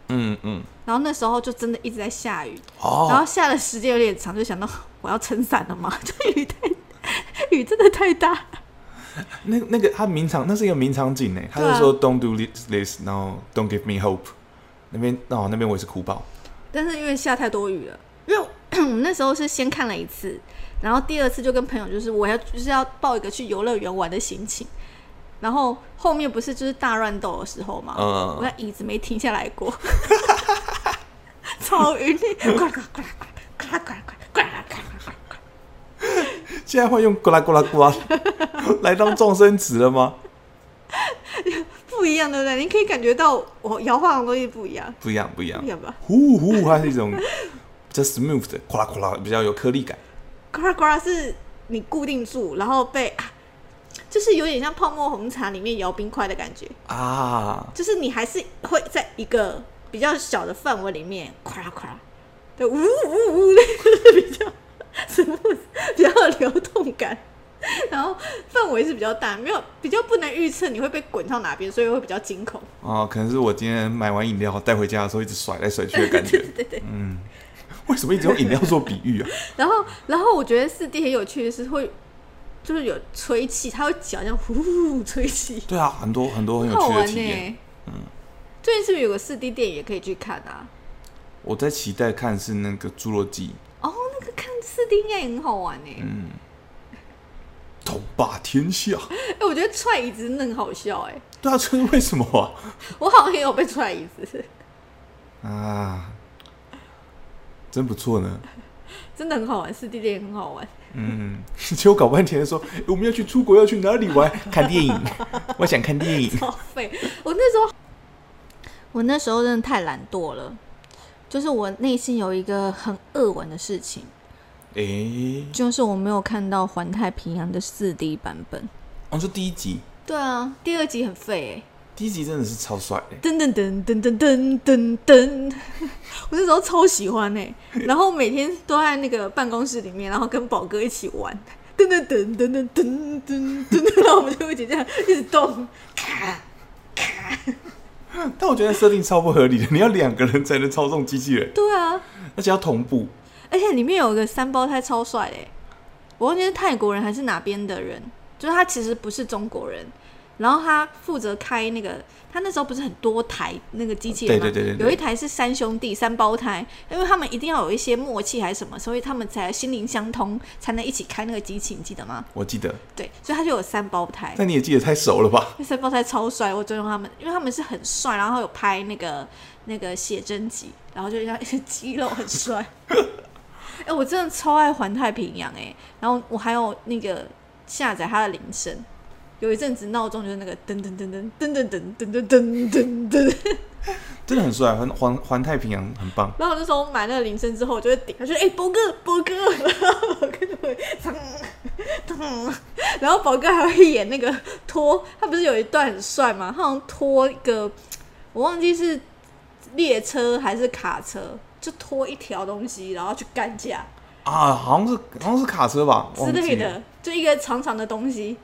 [SPEAKER 2] 嗯嗯，
[SPEAKER 1] 然后那时候就真的一直在下雨，然
[SPEAKER 2] 哦，
[SPEAKER 1] 后下的时间有点长，就想到我要撑伞了嘛， 这雨太雨真的太大，
[SPEAKER 2] 那那个他名场，那是一个名场景呢，他
[SPEAKER 1] 对
[SPEAKER 2] 就
[SPEAKER 1] 啊
[SPEAKER 2] 说 Don't do this, this，然后 Don't give me hope。那边哦，那边我也是哭爆。
[SPEAKER 1] 但是因为下太多雨了，因为我 我们那时候是先看了一次，然后第二次就跟朋友就是我要就是要抱一个去游乐园玩的心情，然后后面不是就是大乱斗的时候嘛，
[SPEAKER 2] 嗯
[SPEAKER 1] 我那椅子没停下来过， 超晕，快快快快快快快快快快！
[SPEAKER 2] 现在会用咕啦咕啦咕啦 来当撞声词了吗？
[SPEAKER 1] 不一样，对不对？你可以感觉到我摇晃的东西不一样，
[SPEAKER 2] 不一样，不一样
[SPEAKER 1] 不一。样吧？
[SPEAKER 2] 呼呼，它是一种 比较 smooth 的，咕啦咕啦，比较有颗粒感。
[SPEAKER 1] 呱啦呱啦是你固定住，然后被、啊就是有点像泡沫红茶里面摇冰块的感觉，
[SPEAKER 2] 啊，
[SPEAKER 1] 就是你还是会在一个比较小的范围里面呱啦呱啦，对，呜呜呜， 那个比较什么比较有流动感。然后范围是比较大，没有比较不能预测你会被滚到哪边，所以会比较惊恐。
[SPEAKER 2] 哦，可能是我今天买完饮料带回家的时候一直甩来甩去的感觉。
[SPEAKER 1] 对对。
[SPEAKER 2] 为什么一直用饮料做比喻啊？
[SPEAKER 1] 然后，然后我觉得四 D 很有趣的是会，就是有吹气，它会脚这样呼呼吹气，
[SPEAKER 2] 对啊，很多很多很有
[SPEAKER 1] 好
[SPEAKER 2] 趣的
[SPEAKER 1] 玩欸
[SPEAKER 2] 体
[SPEAKER 1] 呢、
[SPEAKER 2] 验。嗯
[SPEAKER 1] 最近是不是有个四 D 电影也可以去看啊？
[SPEAKER 2] 我在期待看是那个《侏罗纪
[SPEAKER 1] 哦，那个看四 D 应该也很好玩呢、欸。
[SPEAKER 2] 统霸天下》。
[SPEAKER 1] 哎我觉得踹椅子真的很好笑哎、
[SPEAKER 2] 对啊，这是为什么啊？
[SPEAKER 1] 我好像也有被踹椅子，
[SPEAKER 2] 啊，真不错呢。
[SPEAKER 1] 真的很好玩，四 D 电影很好玩。
[SPEAKER 2] 嗯，结果搞半天说、诶我们要去出国，要去哪里玩？看电影， 我想看电影。
[SPEAKER 1] 超废。我那时候，我那时候真的太懒惰了，就是我内心有一个很扼腕的事情，
[SPEAKER 2] 诶、
[SPEAKER 1] 就是我没有看到《环太平洋》的四 D 版本。
[SPEAKER 2] 我、哦、说第一集，
[SPEAKER 1] 对啊，第二集很废欸
[SPEAKER 2] 第一集真的是超帅的
[SPEAKER 1] 哎、。噔噔噔噔噔噔噔噔， 我那时候超喜欢哎、然后每天都在那个办公室里面，然后跟宝哥一起玩，噔噔噔噔噔噔噔噔，然后我们就一起这样一直动，咔咔，
[SPEAKER 2] 但我觉得设定超不合理的，你要两个人才能操纵机器人，
[SPEAKER 1] 对啊，
[SPEAKER 2] 而且要同步。
[SPEAKER 1] 而且里面有一个三胞胎超帅的欸，我忘记是泰国人还是哪边的人，就是他其实不是中国人，然后他负责开那个，他那时候不是很多台那个机器人吗？
[SPEAKER 2] 对对对对对
[SPEAKER 1] 有一台是三兄弟三胞胎，因为他们一定要有一些默契还是什么，所以他们才心灵相通，才能一起开那个机器，你记得吗？
[SPEAKER 2] 我记得，
[SPEAKER 1] 对，所以他就有三胞胎。
[SPEAKER 2] 但你也记得太熟了吧？
[SPEAKER 1] 那三胞胎超帅，我追踪他们，因为他们是很帅，然后有拍那个那个写真集，然后就像肌肉很帅。哎、我真的超爱环太平洋哎、然后我还有那个下载它的铃声，有一阵子闹钟就是那个噔噔噔噔噔噔噔噔噔噔噔噔，
[SPEAKER 2] 真的很帅，环环环太平洋很棒。
[SPEAKER 1] 然后那时候买那个铃声之后，我就会顶，他说：“哎、宝哥，宝哥，然后宝哥就会噔噔，然后宝哥还会演那个拖，他不是有一段很帅吗？他好像拖一个，我忘记是列车还是卡车，就拖一条东西，然后去干架
[SPEAKER 2] 啊，好像是好像是卡车吧
[SPEAKER 1] 之类，的，就一个长长的东西，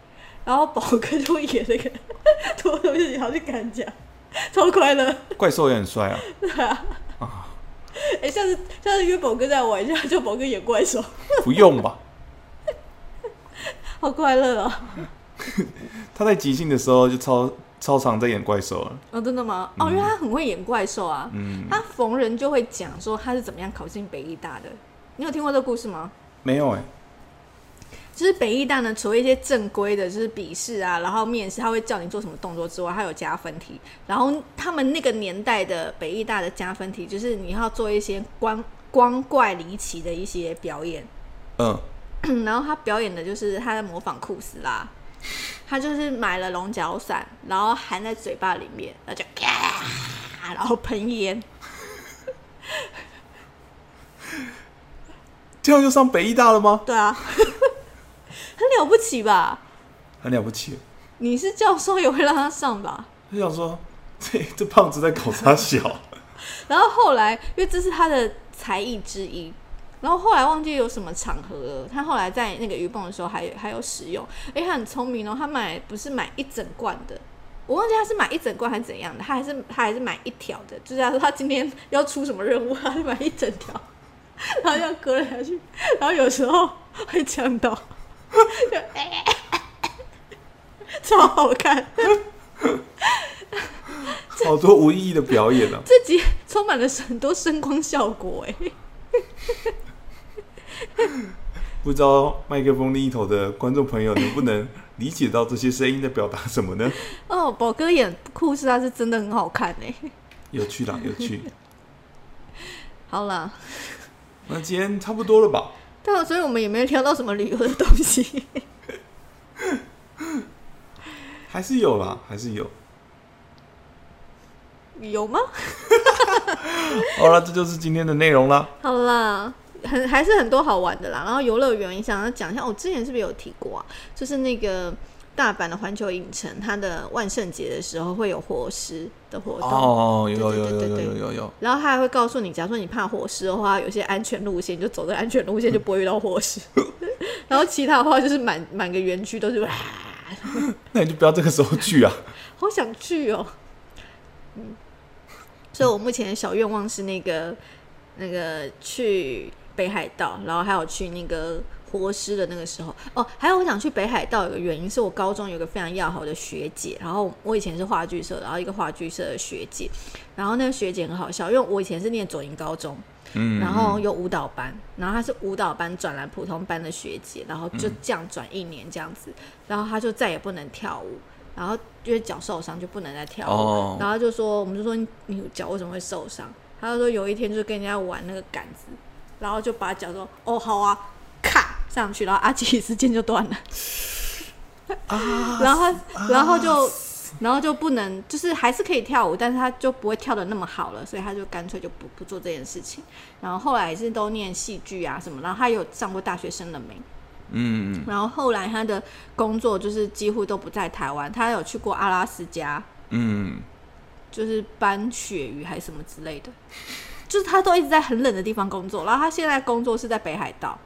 [SPEAKER 1] 然后宝哥就演那个拖东西然后去干架，超快乐。
[SPEAKER 2] 忘记怪兽也很帅啊，
[SPEAKER 1] 哎、下次下次约宝哥再玩一下，叫宝哥演怪兽，
[SPEAKER 2] 不用吧？
[SPEAKER 1] 好快乐哦！
[SPEAKER 2] 他在即兴的时候就超超常在演怪兽了，
[SPEAKER 1] 哦，真的吗？哦，因为他很会演怪兽啊，
[SPEAKER 2] 嗯，
[SPEAKER 1] 他逢人就会讲说他是怎么样考进北医大的。你有听过这个故事吗？
[SPEAKER 2] 没有哎、
[SPEAKER 1] 就是北医大呢，除了一些正规的，就是笔试啊，然后面试，他会叫你做什么动作之外，还有加分题。然后他们那个年代的北医大的加分题，就是你要做一些光光怪离奇的一些表演。
[SPEAKER 2] 嗯，
[SPEAKER 1] 然后他表演的就是他在模仿库斯拉，他就是买了龙角散，然后含在嘴巴里面，然后就 咔，然后喷烟。
[SPEAKER 2] 这样就上北医大了吗？
[SPEAKER 1] 对啊， 很了不起吧？
[SPEAKER 2] 很了不起，
[SPEAKER 1] 你是教授也会让他上吧？
[SPEAKER 2] 就想说这这胖子在搞啥小，
[SPEAKER 1] 然后后来，因为这是他的才艺之一，然后后来忘记有什么场合了。他后来在那个鱼蹦的时候还还有使用，而且他很聪明哦，他买不是买一整罐的，我忘记他是买一整罐还是怎样的，他还是 他还是买一条的，就是他说他今天要出什么任务，他就买一整条，然后要割了下去，然后有时候会呛到，就超好看。
[SPEAKER 2] 好多无意义的表演啊！
[SPEAKER 1] 这集充满了很多声光效果，哎，
[SPEAKER 2] 不知道麦克风另一头的观众朋友能不能理解到这些声音在表达什么呢？
[SPEAKER 1] 哦，宝哥演库斯拉是真的很好看哎。
[SPEAKER 2] 有趣啦，有趣。
[SPEAKER 1] 好啦，
[SPEAKER 2] 那今天差不多了吧？
[SPEAKER 1] 对啊，所以我们也没聊到什么旅游的东西。
[SPEAKER 2] 还是有啦，还是有。
[SPEAKER 1] 有吗？
[SPEAKER 2] 好了，这就是今天的内容啦。
[SPEAKER 1] 好啦，很还是很多好玩的啦。然后游乐园，想要讲一下，我、之前是不是有提过啊？就是那个大阪的环球影城，它的万圣节的时候会有活尸的活动。
[SPEAKER 2] 哦，有有
[SPEAKER 1] 对对
[SPEAKER 2] 有有
[SPEAKER 1] 对
[SPEAKER 2] 有
[SPEAKER 1] 对
[SPEAKER 2] 有有，
[SPEAKER 1] 然后他还会告诉你，假如说你怕火尸的话，有些安全路线你就走在安全路线，就不会遇到火尸。 然后其他的话就是满满个园区都是哇，
[SPEAKER 2] 那你就不要这个时候去啊。
[SPEAKER 1] 好想去哦。嗯，所以我目前的小愿望是那个那个去北海道，然后还有去那个活尸的那个时候哦，还有我想去北海道有个原因是我高中有个非常要好的学姐，然后我以前是话剧社，然后一个话剧社的学姐，然后那个学姐很好笑，因为我以前是念左营高中，
[SPEAKER 2] 嗯，
[SPEAKER 1] 然后有舞蹈班，然后她是舞蹈班转来普通班的学姐，然后就这样转一年这样子，然后她就再也不能跳舞，然后因为脚受伤就不能再跳舞，
[SPEAKER 2] 哦
[SPEAKER 1] 然后就说我们就说你你脚为什么会受伤？她就说有一天就跟人家玩那个杆子，然后就把脚说哦好啊，咔上去，然后阿基里斯腱就断了，
[SPEAKER 2] 啊，
[SPEAKER 1] 然后她然后就。然后就不能，就是还是可以跳舞，但是他就不会跳的那么好了，所以他就干脆就不不做这件事情。然后后来也是都念戏剧啊什么，然后他有上过大学生的名，
[SPEAKER 2] 嗯嗯
[SPEAKER 1] 然后后来他的工作就是几乎都不在台湾，他有去过阿拉斯加，
[SPEAKER 2] 嗯，
[SPEAKER 1] 就是搬鳕鱼还是什么之类的，就是他都一直在很冷的地方工作，然后他现在工作是在北海道，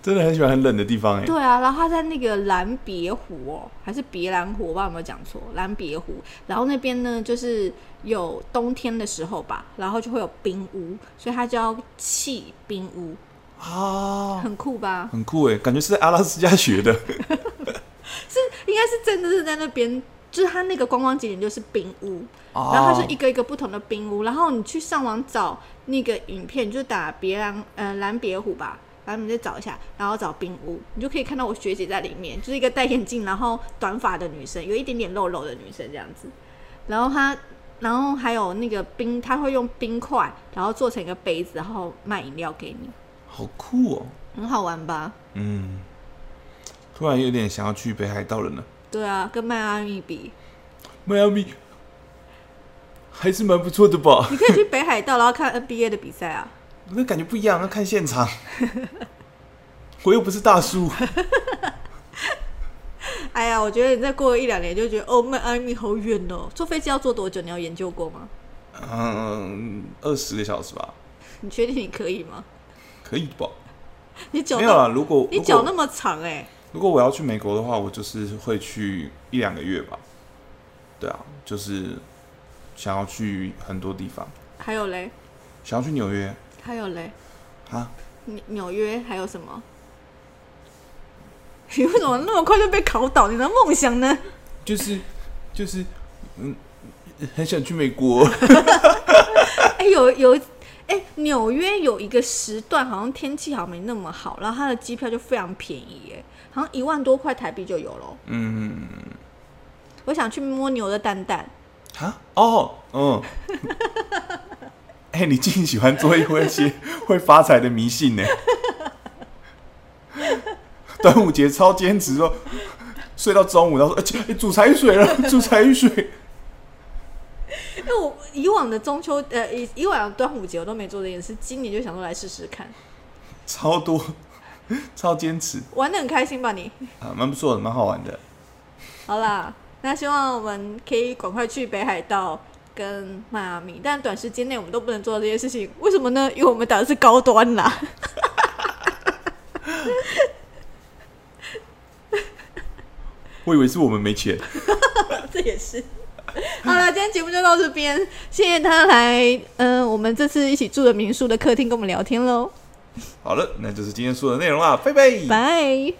[SPEAKER 2] 真的很喜欢很冷的地方哎、
[SPEAKER 1] 对啊，然后他在那个蓝别湖哦，还是别蓝湖，我不知道有没有讲错，蓝别湖。然后那边呢，就是有冬天的时候吧，然后就会有冰屋，所以它叫气冰屋，
[SPEAKER 2] 啊，
[SPEAKER 1] 很酷吧？
[SPEAKER 2] 很酷哎、感觉是在阿拉斯加学的。
[SPEAKER 1] 应该是真的是在那边，就是它那个观光景点就是冰屋，
[SPEAKER 2] 哦
[SPEAKER 1] 然后它是一个一个不同的冰屋，然后你去上网找那个影片，你就打别蓝呃蓝别湖吧，然后你再找一下，然后找冰屋，你就可以看到我学姐在里面，就是一个戴眼镜然后短发的女生，有一点点肉肉的女生这样子，然后她。然后还有那个冰，她会用冰块，然后做成一个杯子，然后卖饮料给你，
[SPEAKER 2] 好酷哦。
[SPEAKER 1] 很好玩吧？
[SPEAKER 2] 嗯，突然有点想要去北海道了呢。
[SPEAKER 1] 对啊，跟迈阿密比，
[SPEAKER 2] 迈阿密还是蛮不错的吧？
[SPEAKER 1] 你可以去北海道，然后看 NBA 的比赛啊。
[SPEAKER 2] 那感觉不一样，要看 现场。我又不是大叔，
[SPEAKER 1] 哎呀，我觉得你再过一两年就觉得哦，迈阿密好远哦。坐飞机要坐多久？你有研究过吗？
[SPEAKER 2] 嗯，二十个小时吧。
[SPEAKER 1] 你确定你可以吗？
[SPEAKER 2] 可以吧？
[SPEAKER 1] 你脚
[SPEAKER 2] 没有啊
[SPEAKER 1] 那
[SPEAKER 2] 啦，如果
[SPEAKER 1] 哦你
[SPEAKER 2] 如
[SPEAKER 1] 脚那
[SPEAKER 2] 果
[SPEAKER 1] 么长哎、
[SPEAKER 2] 如果我要去美国的话，我就是会去一两个月吧。对啊，就是想要去很多地方，
[SPEAKER 1] 还有嘞，
[SPEAKER 2] 想要去纽约
[SPEAKER 1] 还有嘞，
[SPEAKER 2] 啊，
[SPEAKER 1] 纽纽约还有什么？ 你为什么那么快就被考倒你的梦想 呢？
[SPEAKER 2] 就是就是嗯，很想去美国。
[SPEAKER 1] 哎、有有，哎、纽约有一个时段好像天气好像没那么好，然后它的机票就非常便宜、哎，好像一万多块台币就有了。
[SPEAKER 2] 嗯
[SPEAKER 1] 我想去摸牛的蛋蛋，
[SPEAKER 2] 啊哦嗯， 哎、你竟喜欢做一些 会发财的迷信呢？ 端午节超坚持说睡到中午，然后说、哎，煮柴鱼水了， 煮柴鱼水。
[SPEAKER 1] 因为我呃以往的中秋呃以以往的端午节我都没做这件事，今年就想说来试试看，
[SPEAKER 2] 超多， 超坚持
[SPEAKER 1] 玩的很开心吧你？
[SPEAKER 2] 啊，蛮不错的，蛮好玩的。
[SPEAKER 1] 好啦，那希望我们可以赶快去北海道跟迈阿密，但短时间内我们都不能做到这些事情，为什么呢？因为我们打的是高端啦。
[SPEAKER 2] 我以为是我们没钱，
[SPEAKER 1] 这也是。 好了，今天节目就到这边，谢谢他来，嗯、我们这次一起住的民宿的客厅跟我们聊天喽，嗯
[SPEAKER 2] 好了，那就是今天说的内容啦，拜拜。
[SPEAKER 1] 拜。